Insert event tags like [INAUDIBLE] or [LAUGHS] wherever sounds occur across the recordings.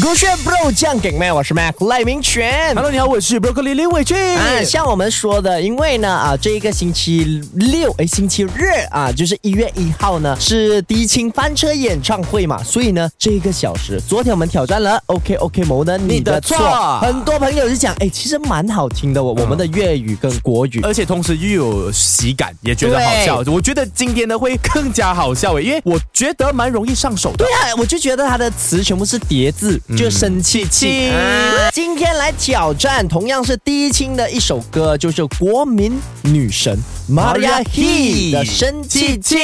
酷炫 bro 酱给妹，我是 Mac 赖明全。 Hello，你好，我是 Broccoli 林伟俊。啊，像我们说的，因为呢啊，这一个星期六哎，星期日啊，就是一月一号呢是低清翻车演唱会嘛，所以呢这一个小时，昨天我们挑战了 OK OK 某的你的错，你的错很多朋友就讲哎，其实蛮好听的哦，我们的粤语跟国语。而且同时又有喜感，也觉得好笑。我觉得今天的会更加好笑欸诶，因为我觉得蛮容易上手的对。啊，我就觉得他的词全部是叠字，就生气嗯气。气啊今天来挑战同样是低清的一首歌，就是国民女神 Maria He 的《生气气》。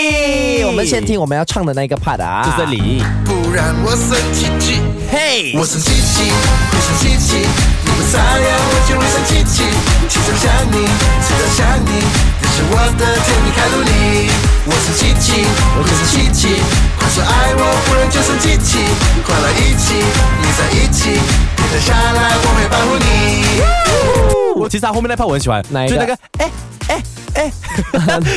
我们先听我们要唱的那个 part 啊，这里，不然我生气气，嘿，我生气气，你生气气，你不撒呀，我就会生气气，气成想你，气成想你，你是我的甜蜜卡路里。我生气气，我生气气，快说爱我，不然就生气气，快来一起，你在一起，你停下来，我会保护你。我其实他后面那 part 我很喜欢，哪一就个那个，哎哎 [LAUGHS] 哎，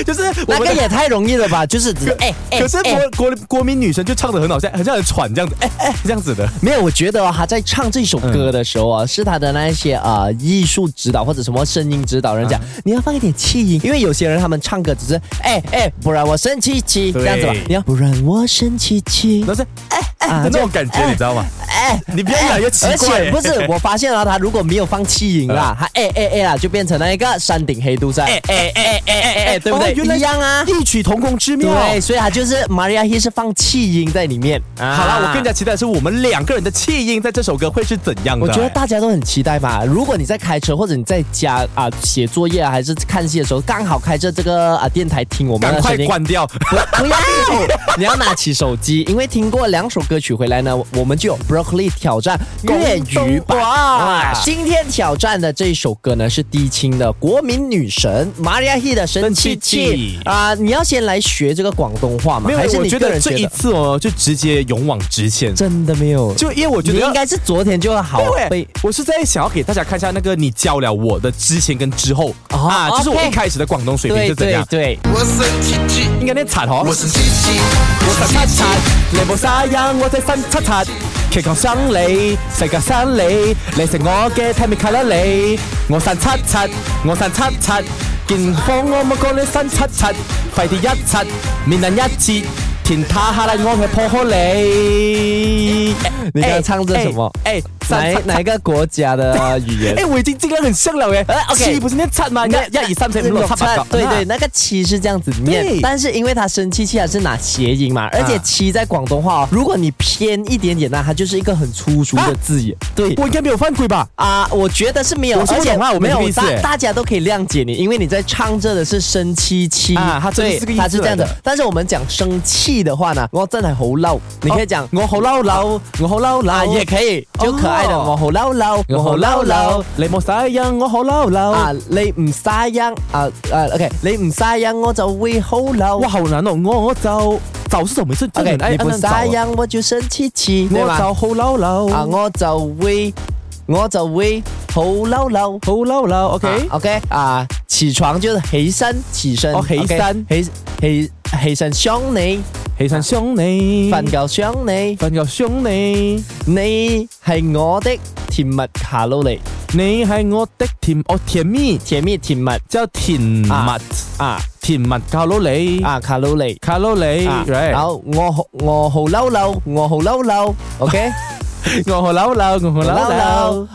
就是我那们个的。也太容易了吧？就是只是哎哎，可是哎国国国民女神就唱的很好像很像很喘这样子，哎哎这样子的。没有，我觉得啊，他在唱这首歌的时候啊，是他的那一些啊、呃艺术指导或者什么声音指导人讲，你要放一点气音，因为有些人他们唱歌只是哎哎，不然我生气气这对样子吧，你要不然我生气气那是哎啊哎的那种感觉，你知道吗？哎。你不要越来越奇而怪且耶。不是，我发现了啊他如果没有放气音 [LAUGHS] 啦，他哎哎哎啦，就变成了一个山顶黑杜莎， [LAUGHS] 哎哎哎哎哎哎，对不对？哦原来一样啊，异曲同工之妙。 [LAUGHS] 对，所以他就是啊 Maria He 是放气音在里面。好好啦，我更加期待的是我们两个人的气音在这首歌会是怎样的。我觉得大家都很期待吧。如果你在开车或者你在家啊写作业啊，还是看戏的时候，刚好开着这个啊电台听我们赶的快声音，关掉。 [LAUGHS] 不要，你要拿起手机，因为听过两首歌曲回来呢，我们就有 Broccoli 挑战粤语版。哇，今天挑战的这一首歌呢是低清的国民女神 Maria He 的《生气气生气》啊、你要先来学这个广东话吗？ [LAUGHS] 没有还，是我你觉个得人觉这一得？次哦，就直接勇往直前。真的没有，就因为我觉你得应该是昨天就好对被。，我是在想要给大家看一下那个你教了我的之前跟之后哦啊，就是我 OK 一开始的广东水平对是怎对样，对，我生气气，应该那惨哦我。生气气，我生气气。你冇沙秧，我在分七擦，祈求生你，世界生你，你食我嘅睇咪卡啦你，我散七擦，我散七擦，健康我冇講你新七擦，快啲一擦，面臨一切，田塔下啦我去破開你。你刚刚唱这什么哎，哪三一七哪一个国家的 [LAUGHS] 语言哎，？我已经尽量很像了耶哎。，OK 七不是念七吗？一、一、二、三、四、五、六、七、八、九。对对，那个七是这样子念对，啊但是因为它生气气它是拿谐音嘛，而且七在广东话、哦，如果你偏一点点呢，它就是一个很粗俗的字眼。对我应该没有犯规吧？啊，我觉得是没有，我是不而且懂啊我没没有有意思大哎大家都可以谅解你，因为你在唱着的是生气气啊它真的对是这个意思它是这样来的的。但是我们讲生气的话呢，我真的好嬲，你可以讲哦我好嬲嬲，我好嬲啊，嬲，也可以，就可爱的哦我好嬲嬲，我好嬲嬲。，你冇使因我好嬲啊嬲。，你唔嘥音啊啊，OK，你 À, 唔嘥音我就會好嬲哇，。好難哦！我我就就是什么事？ OK，哎你不嘥，哎音我就生氣氣，那對我吧？就好嬲嬲，啊，我就會我就會好嬲嬲。好嬲嬲。啊 OK，À, OK 啊，起床就是起身，起身，哦起 OK，身起起起身想你，起身想你，瞓覺想你，瞓覺想你，你係我的甜蜜卡路里，你係我的甜哦甜蜜，甜蜜甜蜜叫甜蜜啊啊甜蜜卡路里啊卡路里。卡路里啊， right 然後我好我好嬲嬲，我好嬲嬲，OK。我好嬲嬲，我好唠嬲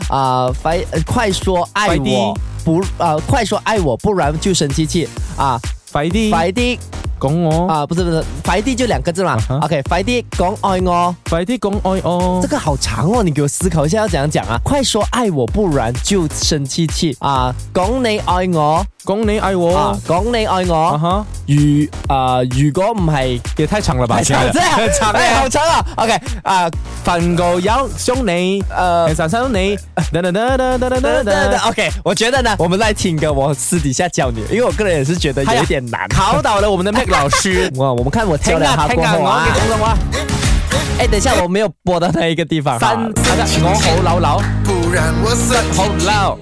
唠啊，快呃快说爱快啲我，不啊，快说爱我，不然就生气气啊！嬲，快啲快啲講我，啊，不是不是，快啲就两个字嘛啊哈。 OK，快啲讲爱我，快啲講愛我这。个好长哦，你给我思考一下要怎样讲啊？快说爱我，不然就生气气啊！讲你爱我讲你爱我啊，讲你爱啊我。哈，如啊，如果唔係也太长了吧，太長亲爱的真长係哎，哎好長啊。OK 啊，瞓个有想你，呃。想想你，哒哒哒哒哒对哒对哒对哒。 ，OK，我觉得呢，我们来听歌，我私底下教你，因为我个人也是觉得有一点难。。考倒了我们的 Mac 老师哇，我们看我教听了啊他听过啊，后我啊嘅，广东话哎，等一下我没有播到那一个地方哈。三，大家我好老老不然我生好气气，老，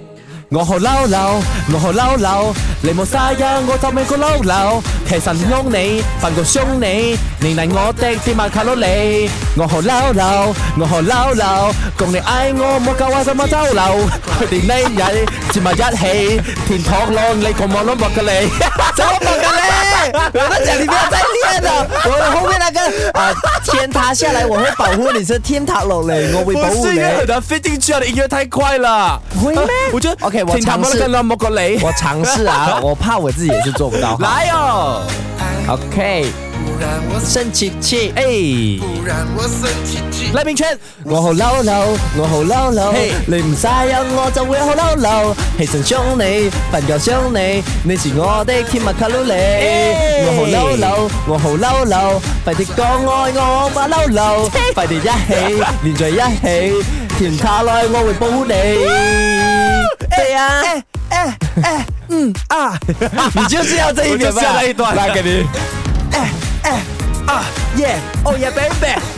我好嬲嬲，我好嬲嬲，你冇嘥呀，我就美個嬲嬲。其實窿你，笨過凶你，你係我的啲萬卡路里。我好嬲嬲，我好嬲嬲，共你嗌我冇夠啊，怎麼周流？佢哋呢日接埋一起，甜糖浪你共我攞莫嘅你，怎么猛的嘞？我跟你讲，你不要再练了。我后面那个啊、天塌下来，我会保护你，是天塌落嚟，我会保护不是你因。为很难 fit 进去啊，你音樂太快了。会咩我覺得 OK，我甜嘗糖浪試跟攞莫個你。我尝试啊，我怕我自己也是做不到。来哦， ，OK，不然我剩七七，哎，哎。不然我生气气。黎明全，我好嬲嬲，我好嬲嬲嘿，你唔使有我就會好嬲嬲。氣神傷你，瞓覺傷你，你是我的甜蜜卡路里。我好嬲嬲，我好嬲嬲，快啲講愛我吧嬲嬲，快啲一起連在一起，甜卡內我會保護你。對啊， [LAUGHS] 啊，你就是要這一邊我就下了一段來給你。耶，哦耶，baby。baby [LAUGHS]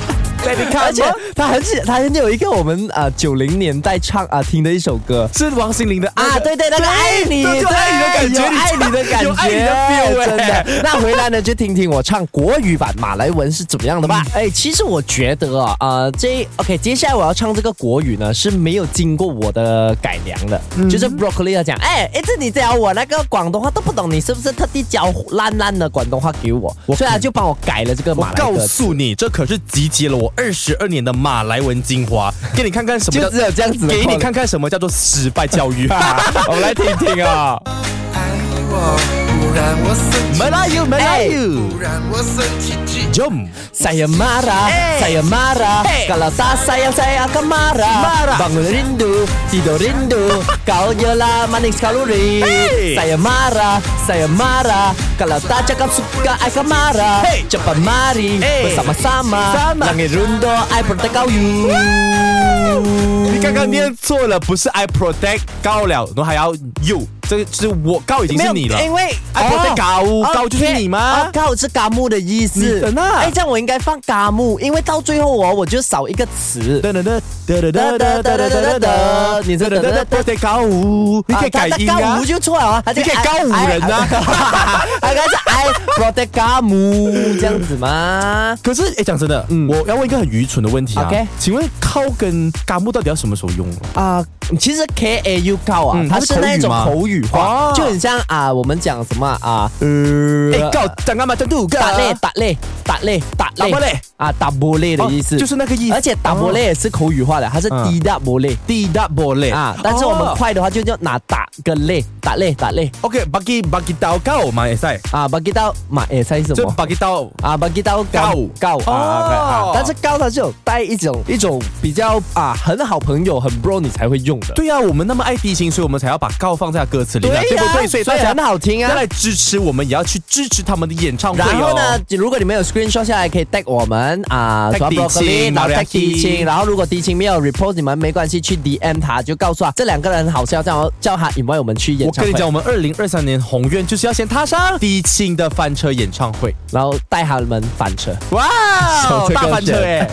而看且吗？他很喜，他很有一個我們啊九零年代唱啊听的一首歌。是王心凌的啊，啊，对对，那个爱你，对就爱你的对有爱你的感感觉觉，有爱你的 feel，真哎的。那回来呢，就听听我唱国语版马来文是怎么样的吧。哎，其实我觉得啊，呃，这 OK，接下来我要唱这个国语呢是没有经过我的改良的，就是 Broccoli 要讲，哎，一直你教我那个广东话都不懂，你是不是特地教烂烂的广东话给我？所以啊他就帮我改了这个我马来告歌词，诉你，这可是集结了我二十二年的马来文精华，给你看看什么就叫只有这样子的。给你看看什么叫做失败教 [LAUGHS] 育。我们来听听啊，爱我，不然我生气，没啦 y 没啦 y 不然我生气气。 Jom， Saya marah, saya marah Kalau tak sayang saya akan marah, Bangun rindu, tidur [LAUGHS] rindu Kau jelah manis kalori Saya marah, saya marah Kalau tak cakap suka akan marah Cepat mari bersama-sama Langit rundo, I protect kau you 你刚刚念错了，不是 I protect 高了，然后还要 you，这个就是我高已经是你了。因为 Eh, I Oh. protect 高，哦高就是你吗哦？高是嘎木的意思你的呢哎，这样我应该放嘎木，因为到最后哦，我就少一个词。噔噔噔噔噔噔噔噔噔噔，你这噔噔噔 protect 高舞，À, 你可以改音他他啊高五。就错了啊，他这个你可以高五人啊 I- I- 他刚才是 I protect 嘎木这样子吗？可是，哎，讲真的，我要问一个很愚蠢的问题啊嗯 OK 请问靠跟嘎木到底要什么时候用啊？啊、其实 À, K A U à. 高 Ừ, 啊，嗯它它是是口语那种吗口语化，Ờ. 哦就很像啊，我们讲什么啊，哎呃，告讲干嘛？讲度啊打嘞打嘞打嘞打嘞打嘞啊，打波嘞的 Ờ, 意思，哦就是那个意思。而且打波嘞也是口语化的，它是嗯滴打波嘞 D d o u b l e Ờ. 啊，但是我们快的话就叫拿打个嘞打嘞打嘞 OK，bagi bagi tau kau 嘛也在，啊，把给到马哎，猜是什就么？ bagi tau 啊，把给到高哦啊，但是高它是有带一种一种比较啊很好朋友很 bro 你才会用的，对呀、我们那么爱低音，所以我们才要把告放在歌词里面，对呀不对？所以所大以家很好听啊要来支持我们，也要去支持他们的演唱会哦。然后呢，如果你们有 screenshot 下来，可以 tag 我们啊， Tag 刷低 broccoli，清然后 Mariachi tag 低清，然后如果低清没有 report 你们没关系，去 DM 他，就告诉他这两个人很好笑，这样叫他 invite 我们去演我唱跟你讲，会，我们二零二三年宏愿就是要先踏上低清的翻车演唱会，然后带他们翻车。哇哦 [LAUGHS] 手，推大高翻车悬哎！